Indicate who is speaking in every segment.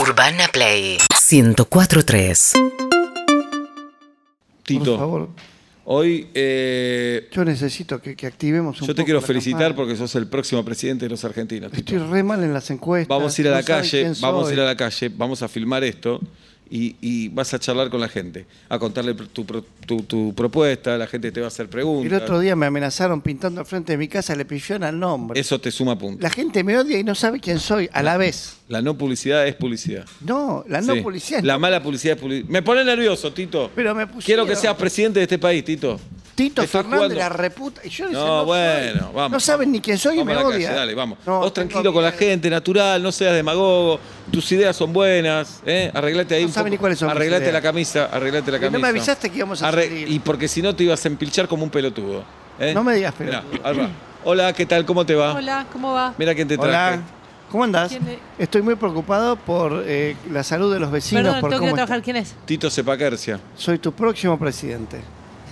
Speaker 1: Urbana Play 1043.
Speaker 2: Tito,
Speaker 3: Por favor,
Speaker 2: hoy eh,
Speaker 3: yo necesito que, que activemos un
Speaker 2: yo te
Speaker 3: poco
Speaker 2: quiero
Speaker 3: la
Speaker 2: felicitar
Speaker 3: campaña.
Speaker 2: porque sos el próximo presidente de los argentinos. Tito.
Speaker 3: Estoy re mal en las encuestas.
Speaker 2: Vamos a ir a
Speaker 3: no
Speaker 2: la
Speaker 3: saben
Speaker 2: calle,
Speaker 3: quién
Speaker 2: vamos a
Speaker 3: soy.
Speaker 2: ir a la calle, vamos a filmar esto y, y vas a charlar con la gente, a contarle pr- tu, pro- tu- tu propuesta, la gente te va a hacer preguntas.
Speaker 3: El otro día me amenazaron pintando al frente de mi casa, le pifiaron al nombre.
Speaker 2: Eso te suma puntos.
Speaker 3: La gente me odia y no sabe quién soy a la vez.
Speaker 2: La no publicidad es publicidad.
Speaker 3: No, la no
Speaker 2: Sí.
Speaker 3: policía.
Speaker 2: La mala publicidad es publicidad. Me pone nervioso, Tito.
Speaker 3: Pero me pusieron-
Speaker 2: Quiero que seas presidente de este país, Tito.
Speaker 3: Tito
Speaker 2: Estoy
Speaker 3: Fernández,
Speaker 2: jugando.
Speaker 3: la reputa. y yo les
Speaker 2: No,
Speaker 3: digo, soy.
Speaker 2: bueno, vamos.
Speaker 3: No saben ni quién soy y
Speaker 2: Vamos
Speaker 3: me
Speaker 2: a la calle,
Speaker 3: odian.
Speaker 2: dale, vamos.
Speaker 3: No,
Speaker 2: Vos
Speaker 3: tengo
Speaker 2: tranquilo con la
Speaker 3: miedo.
Speaker 2: gente, natural, no seas demagogo, tus ideas son buenas, ¿eh? Arreglate ahí
Speaker 3: No
Speaker 2: un
Speaker 3: saben
Speaker 2: poco.
Speaker 3: ni cuáles son mis
Speaker 2: Arreglate
Speaker 3: ideas.
Speaker 2: la camisa, arreglate la
Speaker 3: Y no
Speaker 2: camisa.
Speaker 3: me avisaste que íbamos a salir.
Speaker 2: Y porque si no te ibas a empilchar como un pelotudo. ¿eh?
Speaker 3: No me digas
Speaker 2: Mirá,
Speaker 3: pelotudo.
Speaker 2: ahí va. Hola, ¿qué tal? ¿Cómo te va?
Speaker 4: Hola, ¿cómo va?
Speaker 2: Mira quién te traje.
Speaker 3: Hola. ¿Cómo andás?
Speaker 4: ¿Quién es?
Speaker 3: Estoy muy preocupado por eh, la salud de los vecinos.
Speaker 4: Perdón,
Speaker 3: por
Speaker 4: tengo que ir
Speaker 3: cómo
Speaker 4: a trabajar.
Speaker 3: está-
Speaker 4: ¿Quién es?
Speaker 2: Tito Sepaquercia.
Speaker 3: Soy tu próximo presidente.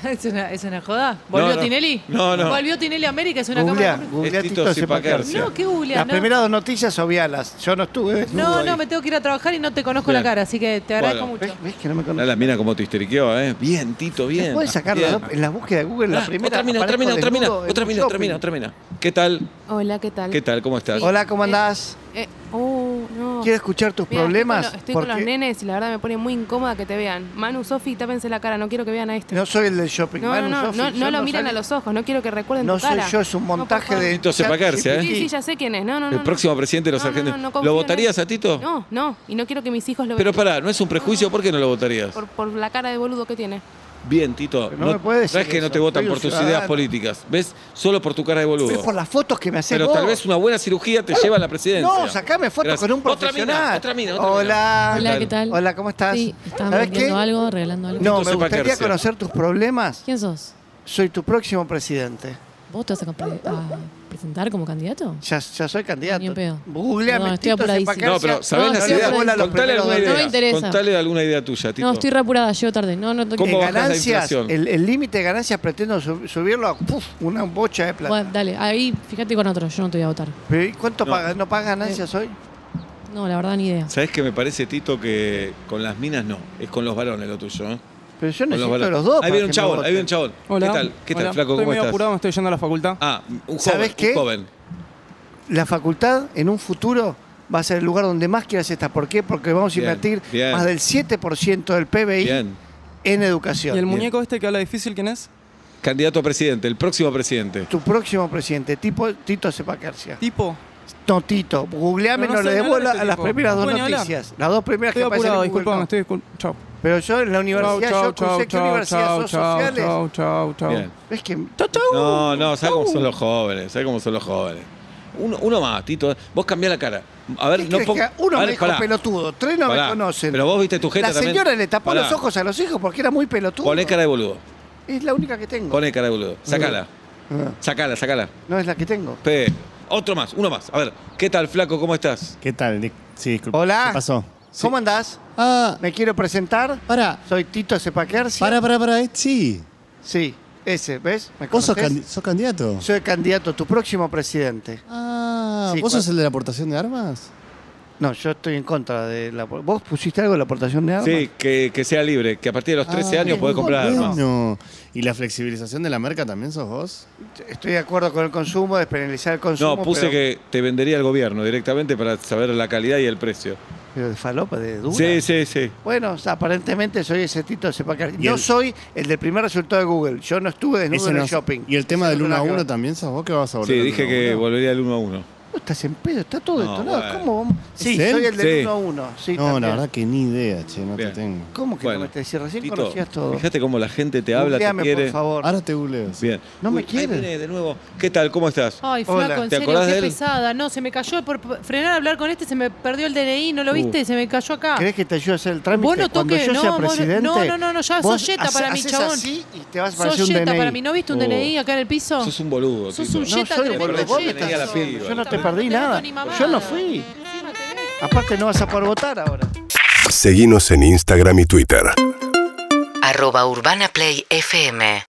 Speaker 4: ¿Es una, es una joda? ¿Volvió
Speaker 2: no.
Speaker 4: Tinelli?
Speaker 2: No, no.
Speaker 4: ¿Volvió Tinelli a América? ¿Es una
Speaker 3: Googleá,
Speaker 4: cámara?
Speaker 3: googleá
Speaker 2: Es Tito
Speaker 3: Tito
Speaker 2: Zipaquercia.
Speaker 3: Zipaquercia.
Speaker 4: No, ¿qué googlea?
Speaker 3: Las
Speaker 4: no.
Speaker 3: primeras dos noticias obvialas. Yo no estuve.
Speaker 4: No,
Speaker 2: ahí.
Speaker 4: no, me tengo que ir a trabajar y no te conozco
Speaker 2: Bien.
Speaker 4: la cara, así que te agradezco
Speaker 2: Bueno.
Speaker 4: mucho.
Speaker 3: ¿Ves, ves que no me
Speaker 2: Mirá
Speaker 3: conoces?
Speaker 2: la mina como te histeriqueó, ¿eh? Bien, Tito, bien.
Speaker 3: Puedes sacar
Speaker 2: Bien.
Speaker 3: las dos- en la búsqueda de Google la
Speaker 2: Ah,
Speaker 3: primera.
Speaker 2: Otra mina, otra mina, otra mina,
Speaker 3: aparezco
Speaker 2: otra mina,
Speaker 3: desnudo
Speaker 2: otra
Speaker 3: en
Speaker 2: mina,
Speaker 3: un
Speaker 2: otra mina. ¿Qué tal?
Speaker 5: Hola, ¿qué tal?
Speaker 2: ¿Qué tal? ¿Cómo estás?
Speaker 3: shopping. Hola, ¿cómo andás?
Speaker 5: Eh, oh, no.
Speaker 3: Quiero escuchar tus
Speaker 5: Mirá,
Speaker 3: problemas.
Speaker 5: Estoy, con, lo- estoy con
Speaker 3: porque
Speaker 5: los nenes y la verdad me pone muy incómoda que te vean. Manu, Sofi, tápense la cara, no quiero que vean a este.
Speaker 3: No soy el del shopping.
Speaker 5: no,
Speaker 3: Manu,
Speaker 5: no, no,
Speaker 3: Sofi,
Speaker 5: no,
Speaker 3: yo
Speaker 5: no lo miran
Speaker 3: salí-
Speaker 5: a los ojos, no quiero que recuerden
Speaker 3: No
Speaker 5: tu
Speaker 3: soy
Speaker 5: cara.
Speaker 3: yo, es un
Speaker 5: No, por
Speaker 3: montaje
Speaker 5: favor.
Speaker 3: de.
Speaker 2: Tito Sepaquercia, ¿eh?
Speaker 5: Sí, sí, ya sé quién es. No, no, no.
Speaker 2: El
Speaker 5: no.
Speaker 2: próximo presidente de los
Speaker 5: No, no, no,
Speaker 2: argentinos.
Speaker 5: no confío
Speaker 2: ¿Lo
Speaker 5: en
Speaker 2: votarías
Speaker 5: él.
Speaker 2: a Tito?
Speaker 5: No, no, y no quiero que mis hijos lo
Speaker 2: Pero
Speaker 5: vean.
Speaker 2: pará, ¿no es un prejuicio? ¿Por qué no lo votarías?
Speaker 5: Por, por la cara de boludo que tiene.
Speaker 2: Bien, Tito.
Speaker 3: Pero no me puede decir
Speaker 2: sabes que no
Speaker 3: eso,
Speaker 2: te votan
Speaker 3: soy un
Speaker 2: por tus
Speaker 3: ciudadano.
Speaker 2: ideas políticas. ¿Ves? Solo por tu cara de boludo.
Speaker 3: Es por las fotos que me haces
Speaker 2: Pero
Speaker 3: vos.
Speaker 2: tal vez una buena cirugía te lleva a la presidencia.
Speaker 3: No, sacame fotos
Speaker 2: Gracias.
Speaker 3: con un
Speaker 2: Otra mina,
Speaker 3: profesional.
Speaker 2: Otra mina, otra mina.
Speaker 3: Hola.
Speaker 2: Hola,
Speaker 6: Hola, ¿qué tal?
Speaker 3: Hola, ¿cómo estás?
Speaker 6: Sí, ¿estabas
Speaker 3: ¿Sabés
Speaker 6: vendiendo
Speaker 3: qué?
Speaker 6: algo, regalando algo?
Speaker 3: No,
Speaker 2: Tito
Speaker 3: me gustaría
Speaker 2: Sepaquercia.
Speaker 3: conocer tus problemas.
Speaker 6: ¿Quién sos?
Speaker 3: Soy tu próximo presidente.
Speaker 6: ¿Vos te vas a, compre- a presentar como candidato?
Speaker 3: Ya, ya soy candidato.
Speaker 6: Ni en pedo.
Speaker 3: Googleame,
Speaker 6: No, estoy
Speaker 3: Tito
Speaker 6: apuradísima.
Speaker 3: Sepaquercia.
Speaker 2: No, pero ¿sabés
Speaker 6: No,
Speaker 2: las
Speaker 6: sí,
Speaker 2: ideas?
Speaker 6: no,
Speaker 3: Hola, los
Speaker 2: Contale
Speaker 3: primeros
Speaker 2: alguna
Speaker 3: dos
Speaker 2: idea.
Speaker 6: No me
Speaker 3: días.
Speaker 6: interesa.
Speaker 2: Contale alguna idea tuya, Tito.
Speaker 6: No, estoy re apurada, llego tarde. No, no, no.
Speaker 2: ¿Cómo
Speaker 3: En
Speaker 2: bajás la
Speaker 3: ganancias,
Speaker 2: inflación?
Speaker 3: el el límite de ganancias pretendo sub- subirlo a puf, una bocha de plata.
Speaker 6: Bueno, dale, ahí fíjate con otro, yo no te voy a votar.
Speaker 3: Pero, ¿y ¿Cuánto
Speaker 2: No.
Speaker 3: paga- no pagas
Speaker 6: Eh.
Speaker 3: ganancias hoy?
Speaker 6: No, la verdad, ni idea.
Speaker 2: ¿Sabes qué me parece, Tito, que con las minas no? Es con los varones lo tuyo, ¿eh?
Speaker 3: Pero yo
Speaker 2: Con
Speaker 3: necesito
Speaker 2: varones.
Speaker 3: de los dos.
Speaker 2: Ahí
Speaker 3: para
Speaker 2: viene un
Speaker 3: que me
Speaker 2: chabón,
Speaker 3: voten.
Speaker 2: ahí viene un chabón.
Speaker 7: Hola.
Speaker 2: ¿Qué tal? ¿Qué tal,
Speaker 7: Hola.
Speaker 2: flaco?
Speaker 7: Estoy
Speaker 2: ¿Cómo
Speaker 7: medio
Speaker 2: estás?
Speaker 7: apurado, me estoy yendo a la facultad.
Speaker 2: Ah, un joven.
Speaker 3: ¿Sabés qué?
Speaker 2: Un joven.
Speaker 3: La facultad en un futuro va a ser el lugar donde más quieras estar. ¿Por qué? Porque vamos a
Speaker 2: Bien,
Speaker 3: invertir
Speaker 2: bien.
Speaker 3: más del 7% del PBI
Speaker 2: Bien.
Speaker 3: en
Speaker 7: ¿Y
Speaker 3: educación.
Speaker 7: el muñeco este que habla difícil, quién es?
Speaker 2: Candidato a presidente, el próximo presidente.
Speaker 3: Tu próximo presidente, tipo Tito Sepaquercia.
Speaker 7: Tipo,
Speaker 3: No, Tito. Googleame,
Speaker 7: No,
Speaker 3: no,
Speaker 7: no sé
Speaker 3: le
Speaker 7: ni
Speaker 3: debo
Speaker 7: hablar de
Speaker 3: la-
Speaker 7: este
Speaker 3: a las
Speaker 7: tipo.
Speaker 3: primeras dos
Speaker 7: No puede ni hablar.
Speaker 3: noticias. Las dos primeras
Speaker 7: estoy
Speaker 3: que aparecen en
Speaker 7: apurado,
Speaker 3: Google,
Speaker 7: disculpame,
Speaker 3: no.
Speaker 7: estoy disculpado. Chao.
Speaker 3: Pero yo en la universidad, yo cursé que universidad, sos sociales.
Speaker 7: chao, chao, chao.
Speaker 2: Bien.
Speaker 3: ¿Ves que
Speaker 7: Chao, chao.
Speaker 2: No, no, ¿sabes cómo
Speaker 3: uh.
Speaker 2: son los jóvenes? ¿Sabes cómo son los jóvenes? Uno, uno más, Tito. ¿eh? Vos cambiá la cara. A ver,
Speaker 3: ¿Qué
Speaker 2: no
Speaker 3: crees
Speaker 2: pon-
Speaker 3: que haga? Uno
Speaker 2: a ver,
Speaker 3: me dijo
Speaker 2: pará,
Speaker 3: pelotudo, tres no
Speaker 2: pará.
Speaker 3: me conocen.
Speaker 2: Pero vos viste tu gente
Speaker 3: la
Speaker 2: también.
Speaker 3: señora le tapó
Speaker 2: Pará.
Speaker 3: los ojos a los hijos porque era muy pelotudo.
Speaker 2: Poné cara de boludo.
Speaker 3: Es la única que tengo.
Speaker 2: Poné cara de boludo. Sacala.
Speaker 3: Ah,
Speaker 2: Sacala, sacala.
Speaker 3: No es la que tengo.
Speaker 2: Pe- Otro más, uno más. A ver, ¿qué tal, flaco? ¿Cómo estás?
Speaker 8: ¿Qué tal? Di- Sí, disculpa.
Speaker 3: Hola.
Speaker 8: ¿Qué pasó? Sí.
Speaker 3: ¿Cómo andás?
Speaker 8: Ah,
Speaker 3: Me quiero presentar.
Speaker 8: para,
Speaker 3: Soy Tito Sepaquercia.
Speaker 8: para, para, para. eh, Sí.
Speaker 3: Sí, ese, ¿ves? ¿Me
Speaker 8: ¿Vos sos,
Speaker 3: conocés?
Speaker 8: candi- sos candidato?
Speaker 3: Soy candidato, tu próximo presidente.
Speaker 8: Ah,
Speaker 3: Sí,
Speaker 8: ¿vos
Speaker 3: cua-
Speaker 8: sos el de la aportación de armas?
Speaker 3: No, yo estoy en contra de la... ¿Vos pusiste algo de la aportación de armas?
Speaker 2: Sí, que, que sea libre, que a partir de los 13
Speaker 8: Ah,
Speaker 2: años podés comprar armas.
Speaker 8: No. ¿Y la flexibilización de la marca también sos vos?
Speaker 3: Estoy de acuerdo con el consumo, despenalizar el consumo.
Speaker 2: No, puse
Speaker 3: pero-
Speaker 2: que te vendería el gobierno directamente para saber la calidad y el precio.
Speaker 3: Pero de falopa, de dura.
Speaker 2: Sí, sí, sí.
Speaker 3: Bueno, o sea, aparentemente soy ese Tito Sepacar.
Speaker 8: Y
Speaker 3: No
Speaker 8: el-
Speaker 3: soy el del primer resultado de Google. Yo no estuve desnudo
Speaker 8: Ese
Speaker 3: en
Speaker 8: no
Speaker 3: el
Speaker 8: es-
Speaker 3: shopping.
Speaker 8: ¿Y el tema
Speaker 3: Eso
Speaker 8: del
Speaker 3: no
Speaker 8: 1 a
Speaker 3: nada que
Speaker 8: 1
Speaker 3: ver.
Speaker 8: también sos vos que vas a volver?
Speaker 2: Sí,
Speaker 8: al
Speaker 2: dije
Speaker 8: uno a
Speaker 2: que
Speaker 8: uno?
Speaker 2: volvería al 1 a 1.
Speaker 3: Vos estás en pedo, está todo
Speaker 2: No,
Speaker 3: detonado.
Speaker 2: bueno.
Speaker 3: ¿Cómo vamos? Sí,
Speaker 8: él?
Speaker 3: soy el del
Speaker 2: Sí.
Speaker 3: 1 a 1. Sí,
Speaker 8: No, la
Speaker 3: también.
Speaker 8: verdad que ni idea, che, no
Speaker 2: Bien.
Speaker 8: te tengo.
Speaker 3: ¿Cómo que no
Speaker 2: Bueno,
Speaker 3: me te decís? Recién
Speaker 2: Tito,
Speaker 3: conocías todo.
Speaker 2: Fíjate cómo la gente te habla,
Speaker 3: Googleame,
Speaker 2: te quiere.
Speaker 3: por favor.
Speaker 4: Ah.
Speaker 8: Ahora te googleo. sí.
Speaker 2: Bien.
Speaker 3: No me
Speaker 2: Uy, ahí
Speaker 3: quiere.
Speaker 2: viene de nuevo. ¿Qué tal? ¿Cómo estás?
Speaker 4: Ay,
Speaker 3: Hola.
Speaker 4: flaco, en
Speaker 2: ¿Te
Speaker 4: serio,
Speaker 2: acordás de
Speaker 4: qué
Speaker 2: él?
Speaker 4: pesada. No, se me cayó por por frenar a hablar con este, se me perdió el DNI,
Speaker 2: Uh.
Speaker 4: ¿no lo viste? Se me cayó acá.
Speaker 3: ¿Querés que te ayude a hacer el trámite?
Speaker 4: Vos no
Speaker 3: Cuando
Speaker 4: toques-
Speaker 3: yo
Speaker 4: no,
Speaker 3: sea
Speaker 4: vos no-
Speaker 3: presidente.
Speaker 4: no, no, no, no, ya
Speaker 3: vos
Speaker 4: sos yeta
Speaker 3: hace-
Speaker 4: para mí,
Speaker 3: haces
Speaker 4: chabón.
Speaker 3: así y te vas a
Speaker 4: ¿Sos
Speaker 3: parecer un
Speaker 4: yeta
Speaker 3: DNI.
Speaker 4: para mí? ¿No viste un
Speaker 2: Oh.
Speaker 4: DNI acá en el piso?
Speaker 2: Sos un boludo.
Speaker 4: Sos
Speaker 2: Tito.
Speaker 4: un
Speaker 3: No,
Speaker 4: yeta
Speaker 3: soy
Speaker 4: tremendo
Speaker 3: boludo, vos me
Speaker 4: yeta
Speaker 2: tenía la
Speaker 4: sos.
Speaker 2: piba.
Speaker 3: Yo no te
Speaker 2: No
Speaker 3: perdí
Speaker 4: te
Speaker 3: nada.
Speaker 4: noto ni mamada.
Speaker 3: Yo no fui.
Speaker 4: Encima te ves.
Speaker 3: Aparte no vas a poder votar ahora.
Speaker 9: Seguinos en Instagram y Twitter.
Speaker 1: Arroba Urbana Play FM